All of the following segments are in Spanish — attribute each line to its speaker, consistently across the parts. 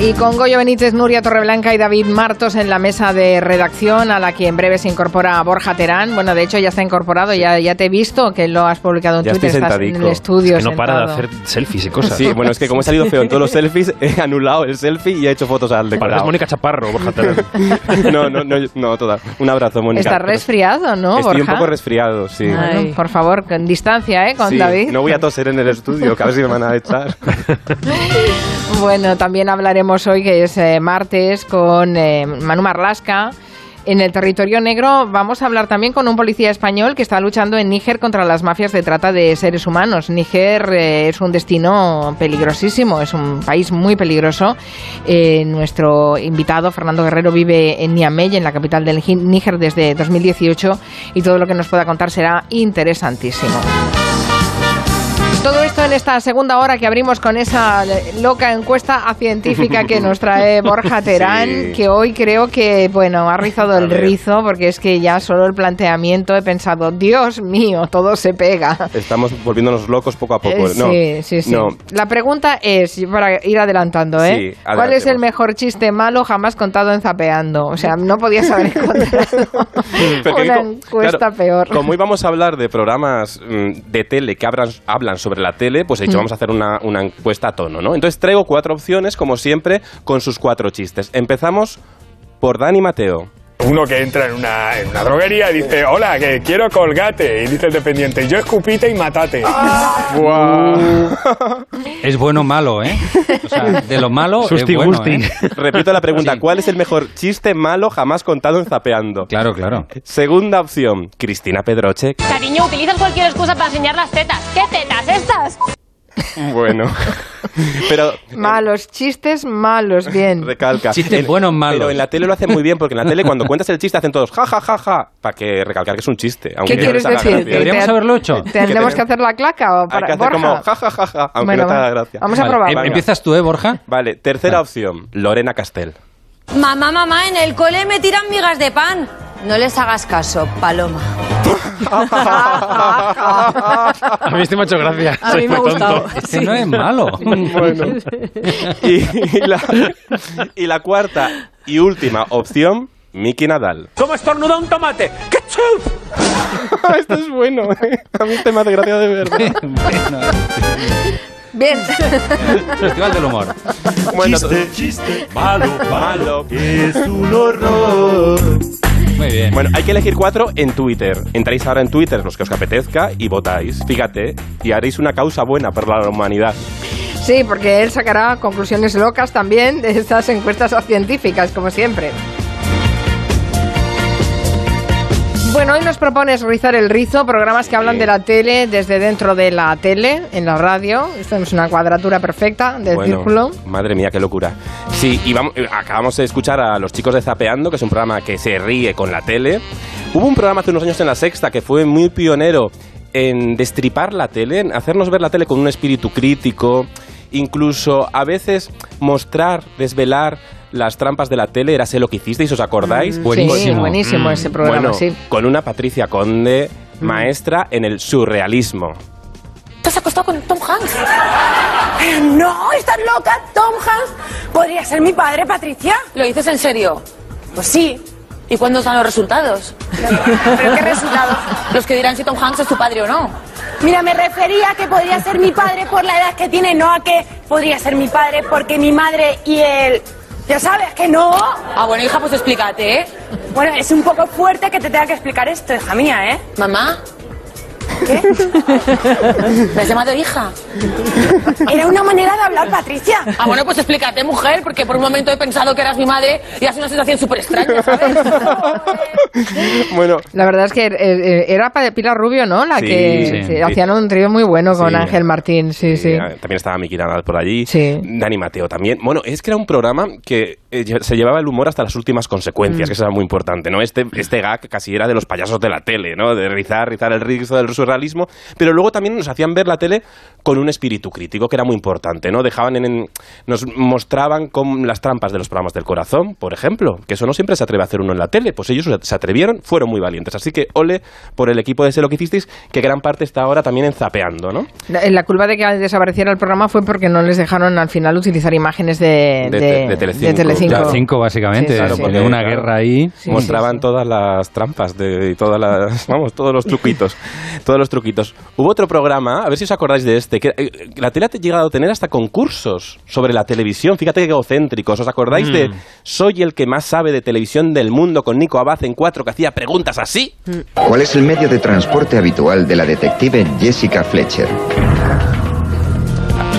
Speaker 1: Y con Goyo Benítez, Nuria Torreblanca y David Martos en la mesa de redacción, a la que en breve se incorpora Borja Terán. Bueno, de hecho ya está incorporado, ya, ya te he visto que lo has publicado en
Speaker 2: Ya
Speaker 1: Twitter,
Speaker 2: estoy
Speaker 1: estás en
Speaker 2: sentadico.
Speaker 1: el estudio.
Speaker 3: que no para de
Speaker 1: sentado.
Speaker 3: hacer selfies y cosas.
Speaker 2: Sí, bueno, es que como he salido feo en todos los selfies, he anulado el selfie y he hecho fotos al
Speaker 3: Pareces
Speaker 2: decorado.
Speaker 3: Mónica Chaparro, Borja Terán.
Speaker 2: No, no, no, no, toda. Un abrazo, Mónica.
Speaker 1: Estás resfriado, ¿no,
Speaker 2: Estoy un
Speaker 1: Borja?
Speaker 2: poco resfriado, sí.
Speaker 1: Bueno,
Speaker 4: Ay.
Speaker 1: por favor, con distancia, ¿eh? Con
Speaker 2: Sí,
Speaker 1: David.
Speaker 2: No voy a toser en el estudio, que a ver si me van a echar.
Speaker 1: Bueno, también hablaremos hoy, que es eh, martes, con eh, Manu Marlasca. En el territorio negro vamos a hablar también con un policía español que está luchando en Níger contra las mafias de trata de seres humanos. Níger eh, es un destino peligrosísimo, es un país muy peligroso. Eh, nuestro invitado, Fernando Guerrero, vive en Niamey, en la capital del Gi- Níger, desde 2018 y todo lo que nos pueda contar será interesantísimo. Todo esto en esta segunda hora que abrimos con esa loca encuesta a científica que nos trae Borja Terán,
Speaker 2: Sí.
Speaker 1: que hoy creo que, bueno, ha rizado
Speaker 2: A
Speaker 1: el
Speaker 2: ver.
Speaker 1: rizo porque es que ya solo el planteamiento he pensado, Dios mío, todo se pega.
Speaker 2: Estamos volviéndonos locos poco a poco.
Speaker 1: Eh,
Speaker 2: no,
Speaker 1: sí, sí, sí.
Speaker 2: No.
Speaker 1: La pregunta es, y para ir adelantando, ¿eh?
Speaker 2: Sí,
Speaker 1: ¿Cuál
Speaker 2: adelante,
Speaker 1: es el
Speaker 2: Borja.
Speaker 1: mejor chiste malo jamás contado en Zapeando? O sea, no podías haber encontrado
Speaker 2: Porque
Speaker 1: una
Speaker 2: co-
Speaker 1: encuesta
Speaker 2: claro,
Speaker 1: peor.
Speaker 2: Como íbamos a hablar de programas mm, de tele que hablan, hablan sobre la tele, pues he
Speaker 1: Mm.
Speaker 2: dicho, vamos a hacer una, una encuesta a tono, ¿no? Entonces traigo cuatro opciones, como siempre, con sus cuatro chistes. Empezamos por Dani Mateo.
Speaker 5: Uno que entra en una, en una droguería y dice, hola, que quiero colgate. Y dice el dependiente, yo escupite y matate.
Speaker 6: Es bueno o malo, ¿eh? O sea, de lo malo es
Speaker 3: Susti
Speaker 6: bueno,
Speaker 3: gusti.
Speaker 6: ¿eh?
Speaker 2: Repito la pregunta,
Speaker 6: Sí.
Speaker 2: ¿cuál es el mejor chiste malo jamás contado en Zapeando?
Speaker 6: Claro, claro.
Speaker 2: Segunda opción, Cristina Pedroche.
Speaker 7: Cariño, utilizas cualquier excusa para enseñar las tetas. ¿Qué tetas estas?
Speaker 2: Bueno, pero...
Speaker 1: Malos chistes, malos, bien.
Speaker 2: Recalca.
Speaker 6: Chistes
Speaker 2: En-
Speaker 6: buenos, malos.
Speaker 2: Pero en la tele lo hacen muy bien, porque en la tele cuando cuentas el chiste hacen todos ja, ja, ja, ja, para que recalcar que es un chiste. aunque
Speaker 1: ¿Qué
Speaker 2: no
Speaker 1: quieres
Speaker 2: les haga
Speaker 1: decir?
Speaker 2: gracia.
Speaker 6: Deberíamos
Speaker 1: ¿Te-
Speaker 6: haberlo hecho.
Speaker 1: ¿Tendremos que hacer la claca? O
Speaker 2: Hay
Speaker 1: para,
Speaker 2: que hacer
Speaker 1: Borja?
Speaker 2: como ja, ja, ja, ja, aunque
Speaker 1: Bueno,
Speaker 2: no te haga
Speaker 1: vamos-
Speaker 2: gracia.
Speaker 1: vamos a
Speaker 6: Vale,
Speaker 1: probar.
Speaker 6: em- Empiezas tú, ¿eh, Borja?
Speaker 2: Vale, tercera opción, Lorena Castel.
Speaker 8: Mamá, mamá, en el cole me tiran migas de pan. No les hagas caso, Paloma.
Speaker 3: A mí este me ha hecho gracia.
Speaker 4: A
Speaker 3: Soy
Speaker 4: mí me ha
Speaker 3: muy tonto.
Speaker 4: gustado.
Speaker 6: Este no es malo.
Speaker 2: Y, y la, y la cuarta y última opción, Miki Nadal.
Speaker 5: ¿Cómo estornuda un tomate? ¡Qué chup!
Speaker 2: Esto es bueno, ¿eh? A mí este me hace gracia de verdad.
Speaker 6: bueno,
Speaker 1: Bien.
Speaker 6: festival del humor.
Speaker 2: Bueno,
Speaker 5: Malo,
Speaker 2: malo.
Speaker 6: Muy bien.
Speaker 2: Bueno, hay que elegir cuatro en Twitter. Entráis ahora en Twitter, los que os apetezca, y votáis. Fíjate, y haréis una causa buena para la humanidad.
Speaker 1: Sí, porque él sacará conclusiones locas también de estas encuestas científicas, como siempre. Bueno, hoy nos propones rizar el rizo, programas que hablan de la tele desde dentro de la tele, en la radio. Esto es una cuadratura perfecta del círculo.
Speaker 2: madre mía, qué locura. Sí, y vamos, eh, acabamos de escuchar a los chicos de Zapeando, que es un programa que se ríe con la tele. Hubo un programa hace unos años en la Sexta que fue muy pionero en destripar la tele, en hacernos ver la tele con un espíritu crítico, incluso a veces mostrar, desvelar las trampas de la tele, era sé lo que hicisteis, ¿os acordáis?
Speaker 1: Mm,
Speaker 2: Mm,
Speaker 1: Sí,
Speaker 6: Buenísimo.
Speaker 1: buenísimo ese programa,
Speaker 2: bueno,
Speaker 1: sí. Mm.
Speaker 2: con una Patricia Conde, maestra en el surrealismo.
Speaker 7: ¿Te has acostado con Tom Hanks? No, estás loca, Tom Hanks. ¿Podría ser mi padre, Patricia? ¿Lo dices en serio? Pues sí. ¿Y cuándo están los resultados? ¿Pero qué resultados? Los que dirán si Tom Hanks es tu padre o no.
Speaker 8: Mira, me refería a que podría ser mi padre por la edad que tiene, no a que podría ser mi padre porque mi madre y él... Ya sabes que no.
Speaker 7: Ah, bueno, hija, pues explícate, ¿eh?
Speaker 8: Bueno, es un poco fuerte que te tenga que explicar esto, hija mía, ¿eh?
Speaker 7: Mamá. ¿Qué? ¿Me has llamado hija?
Speaker 8: Era una manera de hablar, Patricia.
Speaker 7: Ah, bueno, pues explícate, mujer, porque por un momento he pensado que eras mi madre y ha sido una sensación súper extraña, ¿sabes?
Speaker 2: bueno,
Speaker 1: La verdad es que eh, eh, era pa- Pilar Rubio, ¿no? La
Speaker 2: Sí,
Speaker 1: que
Speaker 6: sí.
Speaker 1: sí, hacían un trío muy bueno con
Speaker 2: Sí.
Speaker 1: Ángel Martín, sí, sí.
Speaker 2: Eh, También estaba Miki Nadal por allí.
Speaker 1: Sí.
Speaker 2: Dani Mateo también. Bueno, es que era un programa que eh, lle- se llevaba el humor hasta las últimas consecuencias, que eso era muy importante, ¿no? Este, este gag casi era de los payasos de la tele, ¿no? De rizar, rizar el rizo del surrealismo. Pero luego también nos hacían ver la tele con un espíritu crítico, que era muy importante, ¿no? Dejaban en... en- nos mostraban con las trampas de los programas del corazón, por ejemplo, que eso no siempre se atreve a hacer uno en la tele. Pues ellos se atrevieron, fueron muy valientes. Así que ole por el equipo de Sé lo que hicisteis, que gran parte está ahora también en zapeando, ¿no?
Speaker 1: La, eh, la culpa de que desapareciera el programa fue porque no les dejaron al final utilizar imágenes de,
Speaker 2: De- de- de Telecinco,
Speaker 1: Telecinco.
Speaker 2: claro.
Speaker 6: Cinco, básicamente.
Speaker 1: Sí,
Speaker 2: Claro,
Speaker 1: sí,
Speaker 6: porque
Speaker 2: porque,
Speaker 6: una
Speaker 2: claro,
Speaker 6: guerra ahí.
Speaker 1: Sí,
Speaker 2: mostraban
Speaker 1: sí, sí.
Speaker 2: todas las trampas de y todas las vamos todos los truquitos todos los truquitos hubo otro programa a ver si os acordáis de este que eh, eh, la tele ha te- llegado a tener hasta concursos sobre la televisión fíjate que egocéntricos os acordáis de
Speaker 6: Mm.
Speaker 2: soy el que más sabe de televisión del mundo con Nico Abad en cuatro que hacía preguntas así
Speaker 4: ¿Cuál es el medio de transporte habitual de la detective Jessica Fletcher?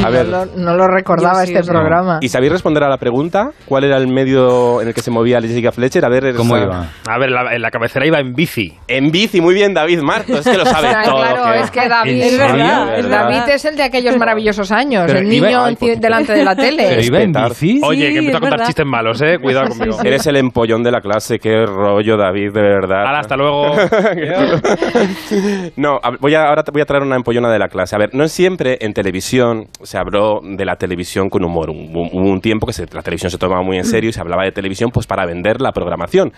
Speaker 2: a ver
Speaker 1: No, lo- no lo recordaba
Speaker 9: Yo sí,
Speaker 1: este
Speaker 9: sí.
Speaker 1: programa.
Speaker 2: y sabéis responder a la pregunta cuál era el medio en el que se movía Jessica Fletcher a ver esa-
Speaker 6: ¿Cómo iba?
Speaker 3: A ver, la, en la cabecera iba en bici.
Speaker 2: en bici muy bien David Marto es que lo sabe
Speaker 1: Ah,
Speaker 2: todo
Speaker 1: claro,
Speaker 2: que-
Speaker 1: es que David,
Speaker 6: Es verdad,
Speaker 1: David
Speaker 2: es verdad.
Speaker 1: es el de aquellos maravillosos años,
Speaker 6: Pero
Speaker 1: el
Speaker 6: iba-
Speaker 1: niño
Speaker 6: ay,
Speaker 1: enci-
Speaker 6: por-
Speaker 1: delante de la
Speaker 6: Pero
Speaker 1: tele.
Speaker 6: iba en
Speaker 2: petar.
Speaker 6: bici.
Speaker 3: Oye, que empiezo a
Speaker 9: es
Speaker 3: contar
Speaker 9: verdad.
Speaker 3: chistes malos, ¿eh? Cuidado conmigo.
Speaker 2: Eres el empollón de la clase, qué rollo, David, de verdad.
Speaker 3: Hala, hasta luego.
Speaker 2: No, a- voy a- ahora te voy a traer una empollona de la clase. A ver, no siempre en televisión se habló de la televisión con humor. Un- un- Hubo un tiempo que se- la televisión se tomaba muy en serio y se hablaba de televisión pues para vender la programación.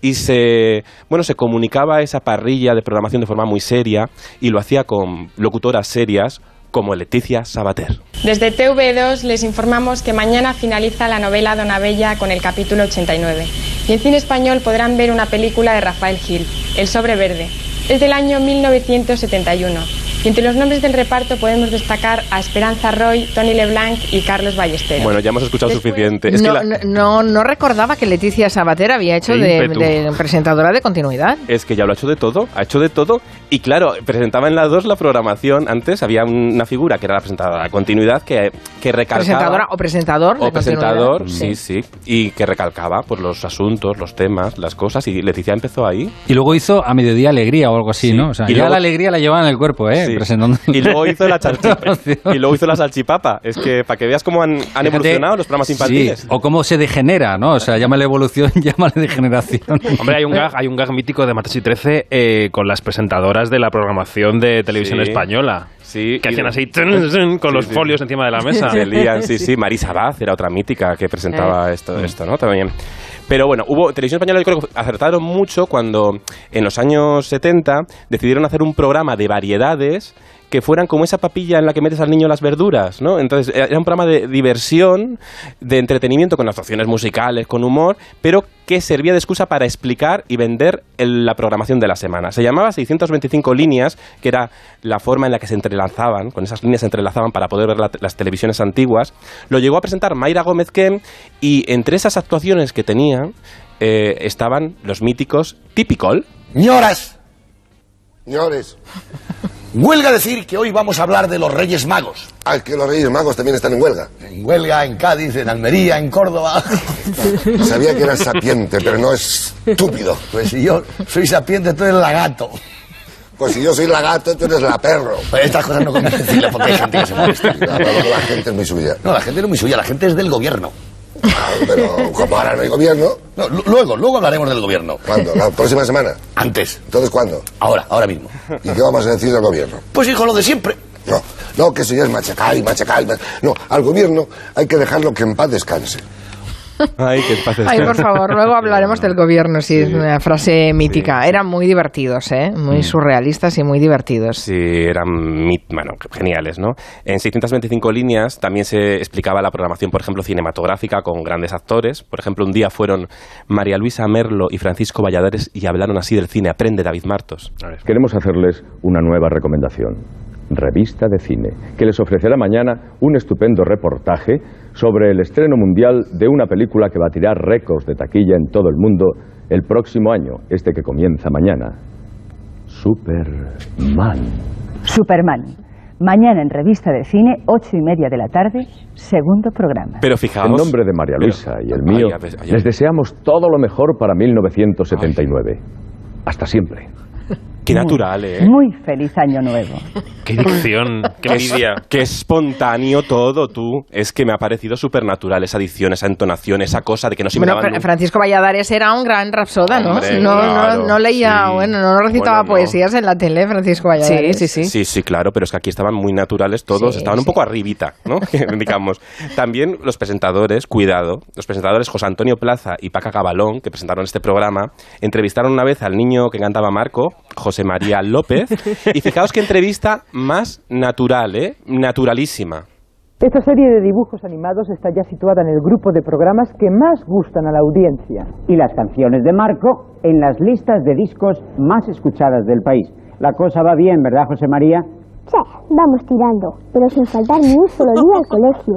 Speaker 2: Y se, bueno, se comunicaba esa parrilla de programación de forma muy seria y lo hacía con locutoras serias como Leticia Sabater.
Speaker 10: Desde TV2 les informamos que mañana finaliza la novela Donabella con el capítulo 89. Y en cine español podrán ver una película de Rafael Gil, El sobre verde. Es del año 1971. Y entre los nombres del reparto podemos destacar a Esperanza Roy, Tony Leblanc y Carlos Ballesteros.
Speaker 2: Bueno, ya hemos escuchado
Speaker 10: Después-
Speaker 2: suficiente. Es que
Speaker 1: No,
Speaker 2: la-
Speaker 1: no, no- no recordaba que Leticia Sabater había hecho
Speaker 3: Qué
Speaker 1: de,
Speaker 3: ímpetu.
Speaker 1: de presentadora de continuidad.
Speaker 2: Es que ya lo ha hecho de todo, ha hecho de todo. Y claro, presentaba en la 2 la programación. Antes había una figura que era la presentadora de continuidad que, que recalcaba.
Speaker 1: Presentadora o presentador. de
Speaker 2: o presentador,
Speaker 1: continuidad.
Speaker 2: sí, sí. Y que recalcaba pues, los asuntos, los temas, las cosas. Y Leticia empezó ahí.
Speaker 6: Y luego hizo a mediodía alegría o algo así,
Speaker 2: Sí.
Speaker 6: ¿no? O sea,
Speaker 2: Y
Speaker 6: ya
Speaker 2: luego-
Speaker 6: la alegría la llevaba en el cuerpo, ¿eh?
Speaker 2: Sí.
Speaker 6: Presentando.
Speaker 2: Y luego hizo la salchipapa.
Speaker 6: Programación.
Speaker 2: y luego hizo la salchipapa. Es que para que veas cómo han, han
Speaker 6: Fíjate-
Speaker 2: evolucionado los programas
Speaker 6: sí,
Speaker 2: infantiles.
Speaker 6: o cómo se degenera, ¿no? O sea, llámale evolución, llámale degeneración.
Speaker 3: Hombre, hay un gag, hay un gag mítico de Matas y 13 eh, con las presentadoras de la programación de televisión
Speaker 2: Sí.
Speaker 3: española.
Speaker 2: Sí,
Speaker 3: Que
Speaker 2: y-
Speaker 3: hacían así tun, tun, con
Speaker 2: Sí,
Speaker 3: los
Speaker 2: sí.
Speaker 3: folios encima de la mesa.
Speaker 2: Se lían, sí, sí. Marisa Baz era otra mítica que presentaba esto, esto, ¿no? También. Pero bueno, hubo Televisión Española, yo creo que acertaron mucho cuando en los años 70 decidieron hacer un programa de variedades que fueran como esa papilla en la que metes al niño las verduras, ¿no? Entonces, era un programa de diversión, de entretenimiento, con actuaciones musicales, con humor, pero que servía de excusa para explicar y vender el- la programación de la semana. Se llamaba 625 líneas, que era la forma en la que se entrelazaban, con esas líneas se entrelazaban para poder ver la- las televisiones antiguas. Lo llegó a presentar Mayra Gómez Kem y entre esas actuaciones que tenía eh, estaban los míticos Typical.
Speaker 11: Señoras, señores, huelga decir que hoy vamos a hablar de los Reyes Magos. Ah, que los Reyes Magos también están en huelga. En huelga, en Cádiz, en Almería, en Córdoba. Sabía que eras sapiente, pero no estúpido. Pues si yo soy sapiente, tú eres lagato. Pues si yo soy lagato, tú eres la perro. estas cosas no conviene decirlas porque hay gente que se molesta. la gente es muy suya. No, la gente no es muy suya, la gente es del gobierno. pero como ahora no hay gobierno. luego, luego hablaremos del gobierno. ¿Cuándo? ¿La próxima semana? Antes. ¿Entonces cuándo? Ahora, ahora mismo. ¿Y qué vamos a decir del gobierno? Pues hijo, lo de siempre. No, no, que eso ya es machacar y machacar. y mach- No, al gobierno hay que dejarlo que en paz descanse.
Speaker 2: Ay, qué espacio
Speaker 1: Ay, por favor, luego hablaremos del gobierno, sí, es una frase mítica. Eran muy divertidos, ¿eh?
Speaker 2: Mm.
Speaker 1: Muy surrealistas y muy divertidos.
Speaker 2: Sí, eran mit- bueno, geniales, ¿no? En 625 líneas también se explicaba la programación, por ejemplo, cinematográfica con grandes actores. Por ejemplo, un día fueron María Luisa Merlo y Francisco Valladares y hablaron así del cine. Aprende David Martos.
Speaker 4: Ah,
Speaker 3: A ver.
Speaker 4: Queremos hacerles una nueva recomendación. Revista de Cine, que les ofrecerá mañana un estupendo reportaje sobre el estreno mundial de una película que batirá récords de taquilla en todo el mundo el próximo año, este que comienza mañana. Superman.
Speaker 10: Superman. Mañana en Revista de Cine, 8 y media de la tarde, segundo programa.
Speaker 2: Pero fijaos.
Speaker 4: En nombre de María Luisa
Speaker 2: Pero- pues,
Speaker 4: y el
Speaker 2: Ay,
Speaker 4: mío,
Speaker 2: a ver, ay, a
Speaker 4: les
Speaker 2: ver.
Speaker 4: deseamos todo lo mejor para 1979. Hasta siempre.
Speaker 2: Qué natural, ¿eh?
Speaker 9: Muy feliz año nuevo.
Speaker 2: Qué dicción,
Speaker 9: qué envidia.
Speaker 2: Qué espontáneo todo, tú. Es que me ha parecido súper natural esa dicción, esa entonación, esa cosa de que no se
Speaker 1: Bueno,
Speaker 2: miraban
Speaker 1: Fra-
Speaker 2: nunca.
Speaker 1: Francisco Valladares era un gran rapsoda, ¿no?
Speaker 2: Hombre,
Speaker 1: no,
Speaker 2: claro,
Speaker 1: no, no leía, bueno, no recitaba
Speaker 2: Bueno, no.
Speaker 1: poesías en la tele, Francisco Valladares.
Speaker 2: Sí, sí, claro, pero es que aquí estaban muy naturales todos,
Speaker 1: Sí,
Speaker 2: estaban un
Speaker 1: sí.
Speaker 2: poco arribita, ¿no? digamos. También los presentadores, cuidado, los presentadores José Antonio Plaza y Paca Gabalón, que presentaron este programa, entrevistaron una vez al niño que cantaba Marco, José María López, y fijaos qué entrevista más natural, ¿eh? Naturalísima.
Speaker 12: Esta serie de dibujos animados está ya situada en el grupo de programas que más gustan a la audiencia.
Speaker 13: y las canciones de Marco en las listas de discos más escuchadas del país. La cosa va bien, ¿verdad, José María?
Speaker 14: Sí, vamos tirando, pero sin faltar ni un solo día al colegio.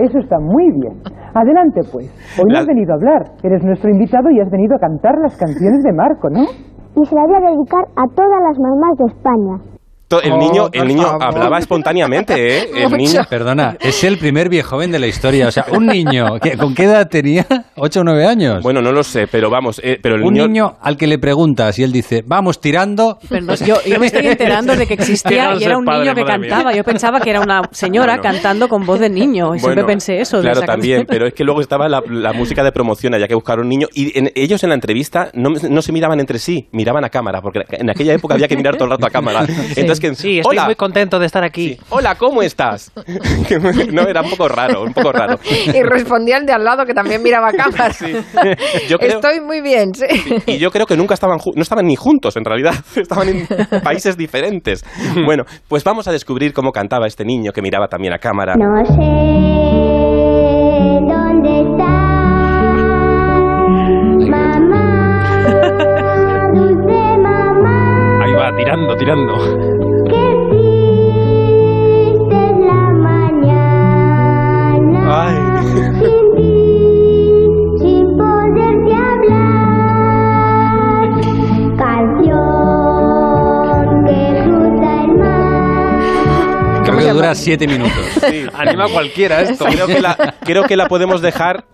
Speaker 12: Eso está muy bien. Adelante, pues. Hoy no
Speaker 14: La-
Speaker 12: has venido a hablar. Eres nuestro invitado y has venido a cantar las canciones de Marco, ¿no?
Speaker 14: Y se la voy a dedicar a todas las mamás de España.
Speaker 2: To- El
Speaker 6: Oh,
Speaker 2: niño, el
Speaker 6: por
Speaker 2: niño
Speaker 6: favor.
Speaker 2: hablaba espontáneamente, ¿eh? El niño.
Speaker 6: Perdona, es el primer viejo joven de la historia. O sea, un niño, que- ¿con qué edad tenía? ¿Ocho o nueve años?
Speaker 2: Bueno, no lo sé, pero vamos, eh, pero el
Speaker 6: un
Speaker 2: niño...
Speaker 6: niño... al que le preguntas y él dice, vamos tirando.
Speaker 15: Perdón, yo, yo me estoy enterando de que existía
Speaker 6: Quiero
Speaker 15: y era
Speaker 6: ser
Speaker 15: un
Speaker 6: padre,
Speaker 15: niño que
Speaker 6: madre mía.
Speaker 15: cantaba. Yo pensaba que era una señora
Speaker 2: Bueno.
Speaker 15: cantando con voz de niño. Y siempre
Speaker 2: Bueno,
Speaker 15: pensé eso. de
Speaker 2: Claro,
Speaker 15: esa
Speaker 2: también,
Speaker 15: canción.
Speaker 2: pero es que luego estaba la, la música de promoción, allá que buscar un niño, y en- ellos en la entrevista no, no se miraban entre sí, miraban a cámara, porque en aquella época había que mirar todo el rato a cámara. Entonces, que,
Speaker 16: Sí, estoy
Speaker 2: hola,
Speaker 16: muy contento de estar aquí.
Speaker 2: hola, ¿cómo estás? no, era un poco raro, un poco raro.
Speaker 1: Y respondía el de al lado que también miraba a cámara.
Speaker 2: Yo creo-
Speaker 1: Estoy muy bien, sí.
Speaker 2: Y yo creo que nunca estaban, ju- no estaban ni juntos, en realidad, estaban en países diferentes. Bueno, pues vamos a descubrir cómo cantaba este niño que miraba también a cámara.
Speaker 14: No sé dónde está mamá, dulce mamá,
Speaker 3: Ahí va, tirando, tirando.
Speaker 14: esta es la mañana. Sin ti, sin poderte hablar, canción que cruza el mar.
Speaker 6: Creo que dura siete minutos.
Speaker 2: Anima a cualquiera
Speaker 6: esto.
Speaker 2: Creo que, la, creo que la podemos dejar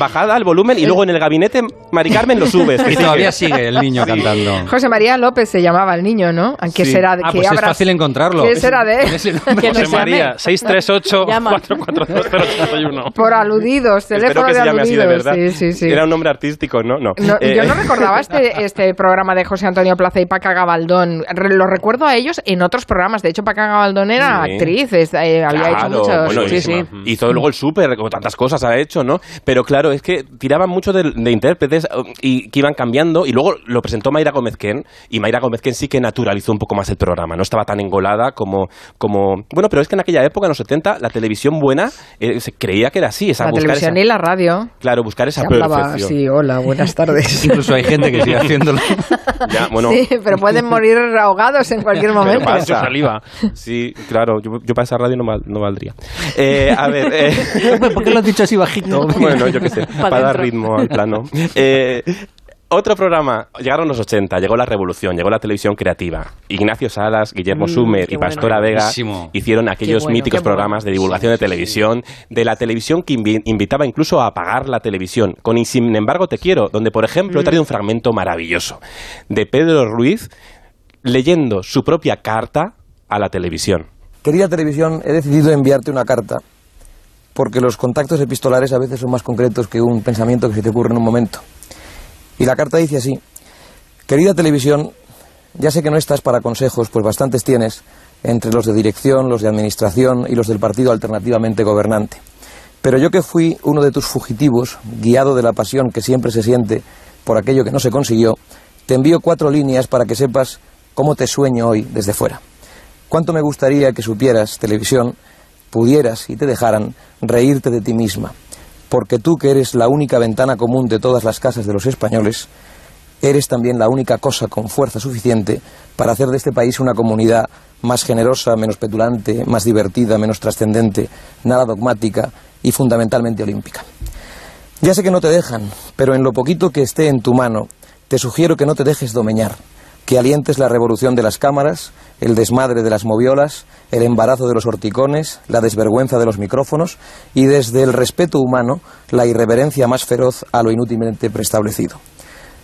Speaker 2: bajada al volumen y luego en el gabinete, Mari Carmen, lo subes. que
Speaker 6: Y todavía sigue el niño
Speaker 2: Sí.
Speaker 6: cantando.
Speaker 1: José María López se llamaba el niño, ¿no? ¿Qué
Speaker 6: Sí.
Speaker 1: será?
Speaker 6: Ah,
Speaker 1: ¿Qué
Speaker 6: pues es
Speaker 1: habrá-
Speaker 6: fácil encontrarlo.
Speaker 1: ¿Qué será de él? Que nos
Speaker 3: José
Speaker 1: llame.
Speaker 3: María, 638
Speaker 1: Llama.
Speaker 3: 442 081.
Speaker 1: Por aludidos,
Speaker 2: Espero
Speaker 1: teléfono
Speaker 2: que
Speaker 1: de
Speaker 2: se llame
Speaker 1: aludidos.
Speaker 2: así de verdad.
Speaker 1: Sí, sí, sí.
Speaker 2: Era un nombre artístico, ¿no? No.
Speaker 1: No,
Speaker 2: Eh,
Speaker 1: yo no recordaba este, este programa de José Antonio Plaza y Paca Gabaldón. Re- lo recuerdo a ellos en otros programas. De hecho, Paca Gabaldón era
Speaker 2: Sí.
Speaker 1: actriz, es- eh, había hecho
Speaker 2: Claro,
Speaker 1: muchos.
Speaker 2: bueno,
Speaker 1: sí, sí.
Speaker 2: y- Hizo luego el súper, como tantas cosas ha hecho, ¿no? Pero claro, es que tiraban mucho de, de intérpretes eh, y que iban cambiando. Y luego lo presentó Mayra Gómez Ken. Y Mayra Gómez Ken sí que naturalizó un poco más el programa. No estaba tan engolada como. como... Bueno, pero es que en aquella época, en los 70, la televisión buena eh, se creía que era así. Esa,
Speaker 1: La
Speaker 2: buscar
Speaker 1: televisión
Speaker 2: esa-
Speaker 1: y la radio.
Speaker 2: Claro, buscar esa
Speaker 1: Se hablaba
Speaker 2: perfección.
Speaker 1: así, hola, buenas tardes.
Speaker 6: Incluso hay gente que sigue haciéndolo.
Speaker 2: Ya, bueno,
Speaker 1: Sí, pero pueden morir ahogados en cualquier
Speaker 2: Pero
Speaker 1: momento.
Speaker 2: pasa. Sí, claro, yo, yo para esa radio no, val- no valdría. Eh, a ver. eh,
Speaker 6: ¿Por qué lo has dicho así bajito?
Speaker 2: bueno, yo qué sé, para, dar ritmo al plano. Eh, otro programa, llegaron los 80, llegó la revolución, llegó la televisión creativa. Ignacio Salas, Guillermo
Speaker 3: Mm,
Speaker 2: Sumer
Speaker 3: qué
Speaker 2: y
Speaker 3: bueno.
Speaker 2: Pastora Vega
Speaker 3: Buenísimo.
Speaker 2: hicieron aquellos
Speaker 3: Qué bueno,
Speaker 2: míticos
Speaker 3: qué bueno.
Speaker 2: programas de divulgación de televisión, de la televisión que invi- invitaba incluso a apagar la televisión, con Y Sin embargo Te Quiero, donde por
Speaker 3: Mm.
Speaker 2: ejemplo he traído un fragmento maravilloso de Pedro Ruiz leyendo su propia carta a la televisión.
Speaker 17: Querida televisión, he decidido enviarte una carta porque los contactos epistolares a veces son más concretos que un pensamiento que se te ocurre en un momento. Y la carta dice así, querida televisión, ya sé que no estás para consejos, pues bastantes tienes entre los de dirección, los de administración y los del partido alternativamente gobernante. Pero yo que fui uno de tus fugitivos, guiado de la pasión que siempre se siente por aquello que no se consiguió, te envío cuatro líneas para que sepas cómo te sueño hoy desde fuera. ¿Cuánto me gustaría que supieras, televisión, pudieras y te dejaran reírte de ti misma? Porque tú, que eres la única ventana común de todas las casas de los españoles, eres también la única cosa con fuerza suficiente para hacer de este país una comunidad más generosa, menos petulante, más divertida, menos trascendente, nada dogmática y fundamentalmente olímpica. Ya sé que no te dejan, pero en lo poquito que esté en tu mano, te sugiero que no te dejes domeñar, que alientes la revolución de las cámaras, el desmadre de las moviolas, el embarazo de los horticones, la desvergüenza de los micrófonos y desde el respeto humano, la irreverencia más feroz a lo inútilmente preestablecido.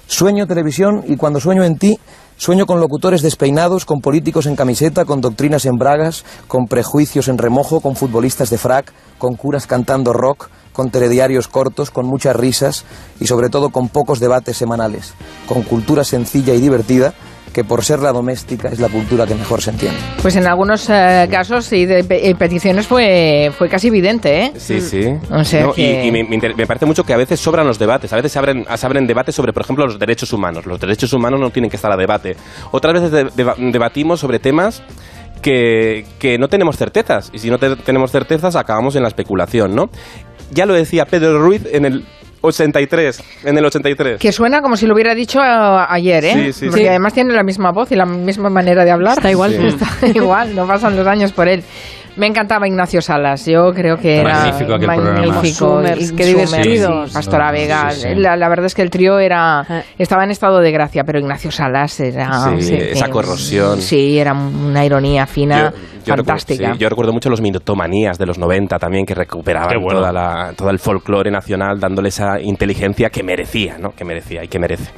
Speaker 17: Sueño televisión y cuando sueño en ti, Sueño con locutores despeinados, con políticos en camiseta, con doctrinas en bragas, con prejuicios en remojo, con futbolistas de frac, con curas cantando rock, con telediarios cortos, con muchas risas y sobre todo con pocos debates semanales, con cultura sencilla y divertida que por ser la doméstica es la cultura que mejor se entiende.
Speaker 1: Pues en algunos eh, casos y de pe- y peticiones fue, fue casi evidente, ¿eh?
Speaker 2: Sí, sí.
Speaker 1: O sea
Speaker 2: No, y-
Speaker 1: que-
Speaker 2: Y, me, me inter- me parece mucho que a veces sobran los debates. A veces se abren, se abren debates sobre, por ejemplo, los derechos humanos. Los derechos humanos no tienen que estar a debate. Otras veces de- deba- debatimos sobre temas que, que no tenemos certezas. Y si no te- tenemos certezas, acabamos en la especulación, ¿no? Ya lo decía Pedro Ruiz en el 83. En el 83.
Speaker 1: Que suena como si lo hubiera dicho a- ayer, ¿eh?
Speaker 2: Sí, sí, sí.
Speaker 1: Porque
Speaker 2: Sí.
Speaker 1: además tiene la misma voz y la misma manera de hablar. Está
Speaker 2: igual. Sí.
Speaker 1: Está igual, no pasan los años por él. Me encantaba Ignacio Salas, yo creo que era
Speaker 6: Magnífico aquel programa.
Speaker 1: magnífico.
Speaker 15: Summers,
Speaker 1: Y-
Speaker 15: qué
Speaker 1: Summers,
Speaker 15: divertido.
Speaker 1: sí, Pastora
Speaker 15: Sí,
Speaker 1: Vega,
Speaker 15: sí, sí.
Speaker 1: La, la verdad es que el trío era estaba en estado de gracia, pero Ignacio Salas era...
Speaker 2: Sí, esa
Speaker 1: que-
Speaker 2: corrosión.
Speaker 1: Sí, era una ironía fina, fantástica.
Speaker 2: Recuerdo, sí, yo recuerdo mucho los minutomanías de los 90 también, que recuperaban toda la- todo el folclore nacional, dándole esa inteligencia que merecía, ¿no? Que merecía y que merece.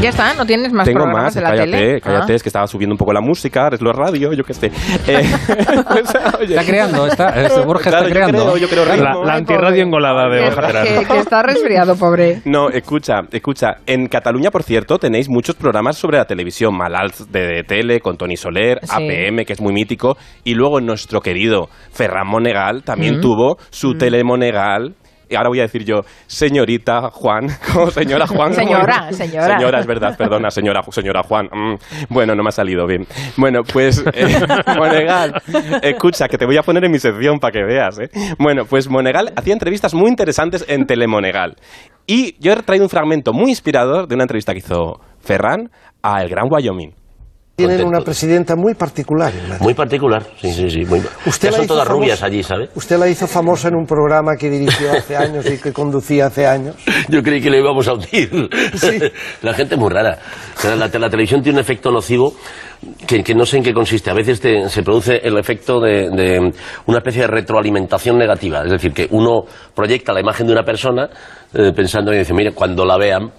Speaker 1: Ya está, ¿no tienes más
Speaker 2: Tengo
Speaker 1: programas
Speaker 2: más,
Speaker 1: de la
Speaker 2: cállate,
Speaker 1: tele? Ah.
Speaker 2: cállate, es que estaba subiendo un poco la música, ahora es lo radio, yo qué sé. Eh,
Speaker 6: Está creando, está, este Borja
Speaker 2: Claro,
Speaker 6: está
Speaker 2: yo
Speaker 6: creando.
Speaker 2: creo, yo creo ritmo.
Speaker 3: La, la antirradio engolada de Borja
Speaker 1: Ah,
Speaker 3: Terán.
Speaker 1: que, que está resfriado, pobre.
Speaker 2: No, escucha, escucha. En Cataluña, por cierto, tenéis muchos programas sobre la televisión. Malalz de, de Tele, con Tony Soler,
Speaker 1: Sí.
Speaker 2: APM, que es muy mítico. Y luego nuestro querido Ferran Monegal también
Speaker 1: Mm.
Speaker 2: tuvo su
Speaker 1: Mm.
Speaker 2: Telemonegal. Y ahora voy a decir yo, señorita Juan, como señora Juan. como-
Speaker 1: Señora, señora.
Speaker 2: Señora, es verdad, perdona, señora, señora Juan. Mm, bueno, no me ha salido bien. Bueno, pues eh, Monegal, escucha, que te voy a poner en mi sección para que veas. ¿eh? Bueno, pues Monegal hacía entrevistas muy interesantes en Telemonegal. Y yo he traído un fragmento muy inspirador de una entrevista que hizo Ferran a El Gran Wyoming.
Speaker 9: Tienen una presidenta muy particular. Ignacio.
Speaker 16: Muy particular, sí, sí, sí. Muy...
Speaker 9: Usted
Speaker 16: Ya
Speaker 9: la
Speaker 16: son
Speaker 9: hizo
Speaker 16: todas
Speaker 9: famosa.
Speaker 16: rubias allí, ¿sabe?
Speaker 9: Usted la hizo famosa en un programa que dirigió hace años y que conducía hace años.
Speaker 16: Yo creí que le íbamos a hundir. La gente es muy rara. O sea, La, te- la televisión tiene un efecto nocivo que, que no sé en qué consiste. A veces te- se produce el efecto de, de una especie de retroalimentación negativa. Es decir, que uno proyecta la imagen de una persona eh, pensando y dice, mire, cuando la vean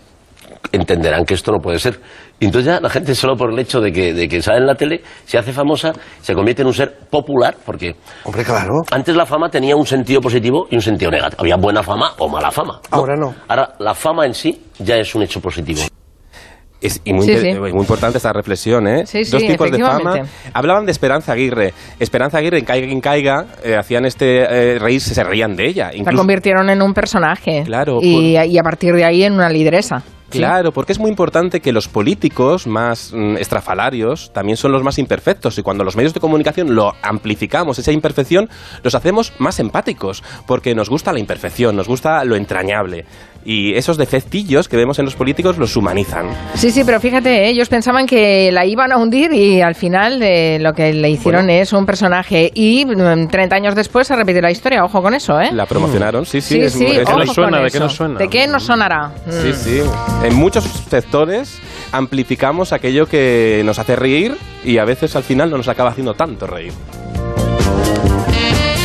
Speaker 16: entenderán que esto no puede ser. Y entonces ya la gente solo por el hecho de que, de que sale en la tele, se hace famosa, se convierte en un ser popular, porque...
Speaker 9: Hombre, claro.
Speaker 16: Antes la fama tenía un sentido positivo y un sentido negativo. Había buena fama o mala fama.
Speaker 9: Ahora no.
Speaker 16: Ahora, la fama en sí ya es un hecho positivo.
Speaker 2: Es, y muy,
Speaker 16: Sí,
Speaker 2: inter-
Speaker 16: sí.
Speaker 2: muy importante esta reflexión, ¿eh?
Speaker 16: Sí, sí,
Speaker 2: Dos tipos de fama.
Speaker 16: efectivamente.
Speaker 2: Hablaban de Esperanza Aguirre. Esperanza Aguirre, en Caiga quien caiga, eh, hacían este eh, reírse, se reían de ella.
Speaker 1: La
Speaker 2: Incluso,
Speaker 1: convirtieron en un personaje.
Speaker 2: Claro,
Speaker 1: Y, y a partir de ahí en una lideresa.
Speaker 2: Claro, porque es muy importante que los políticos más mm, estrafalarios también son los más imperfectos y cuando los medios de comunicación lo amplificamos, esa imperfección, los hacemos más empáticos porque nos gusta la imperfección, nos gusta lo entrañable y esos defectillos que vemos en los políticos los humanizan.
Speaker 1: Sí, sí, pero fíjate, ¿eh? ellos pensaban que la iban a hundir y al final eh, lo que le hicieron es un personaje. Y mm, 30 años después se repite la historia, ojo con eso, ¿eh?
Speaker 2: La promocionaron, sí, sí.
Speaker 1: Sí,
Speaker 2: es-
Speaker 1: sí,
Speaker 2: es-
Speaker 1: ojo con eso. ¿De qué nos sonará?
Speaker 2: Sí, sí. En muchos sectores amplificamos aquello que nos hace reír y a veces al final no nos acaba haciendo tanto reír.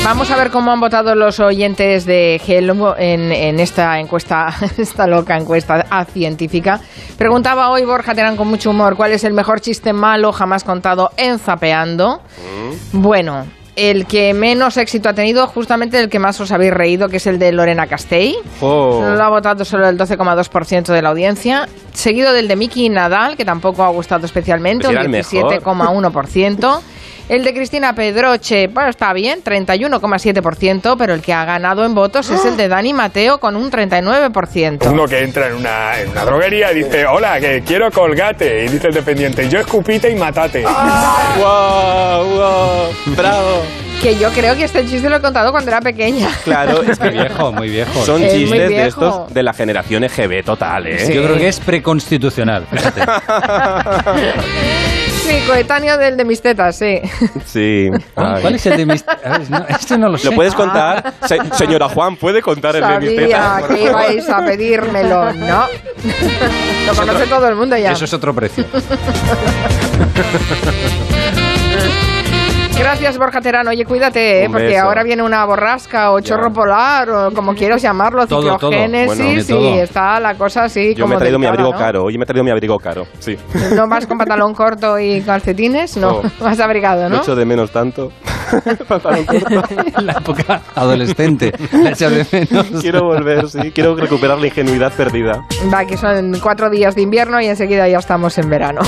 Speaker 1: Vamos a ver cómo han votado los oyentes de Hello en, en esta encuesta, esta loca encuesta a científica. Preguntaba hoy Borja Terán con mucho humor cuál es el mejor chiste malo jamás contado en Zapeando. Bueno, el que menos éxito ha tenido, justamente el que más os habéis reído, que es el de Lorena Castell.
Speaker 2: Oh.
Speaker 1: Lo ha votado solo el 12,2% de la audiencia, seguido del de Miki Nadal, que tampoco ha gustado especialmente,
Speaker 2: Pues
Speaker 1: un
Speaker 2: era el mejor.
Speaker 1: 17,1%. El de Cristina Pedroche, bueno, está bien, 31,7%, pero el que ha ganado en votos es el de Dani Mateo con un 39%.
Speaker 5: Uno que entra en una, en una droguería y dice, hola, que quiero colgate. Y dice el dependiente, yo escupite y matate.
Speaker 2: ¡Wow! ¡Wow! ¡Bravo!
Speaker 1: Que yo creo que este chiste lo he contado cuando era pequeña.
Speaker 2: Claro, es que
Speaker 6: viejo, muy viejo.
Speaker 2: Son
Speaker 1: Es muy
Speaker 2: chistes de
Speaker 1: viejo.
Speaker 2: estos de la generación EGB total, ¿eh?
Speaker 6: Yo creo que es preconstitucional. fíjate.
Speaker 1: Sí, coetáneo del de mis tetas, sí.
Speaker 2: Sí. Ay.
Speaker 6: ¿Cuál es el de mis.? Ah, no, este no lo sé.
Speaker 2: ¿Lo puedes contar? Se- señora Juan, ¿puede contar el de mis
Speaker 1: Ah. Sabía
Speaker 2: tetas?
Speaker 1: que ibais a pedírmelo, ¿no? Lo conoce todo el mundo ya.
Speaker 6: Eso es otro precio.
Speaker 1: Gracias, Borja Terán. Oye, cuídate, ¿eh?
Speaker 2: Un
Speaker 1: porque
Speaker 2: beso.
Speaker 1: ahora viene una borrasca o chorro polar o como quieras llamarlo,
Speaker 2: Todo, todo. Bueno, de
Speaker 1: ciclogénesis
Speaker 2: todo.
Speaker 1: y está la cosa así
Speaker 2: Yo
Speaker 1: como
Speaker 2: me he traído mi
Speaker 1: delicada,
Speaker 2: abrigo
Speaker 1: ¿no?
Speaker 2: caro. Yo me he traído mi abrigo caro. Sí.
Speaker 1: No vas con pantalón corto y calcetines, no.
Speaker 2: No.
Speaker 1: Vas abrigado,
Speaker 2: Lo
Speaker 1: ¿no?
Speaker 2: echo Oh. de menos tanto.
Speaker 6: la época adolescente. La echas de menos.
Speaker 2: Quiero volver, sí. Quiero recuperar la ingenuidad perdida.
Speaker 1: Va, que son cuatro días de invierno y enseguida ya estamos en verano.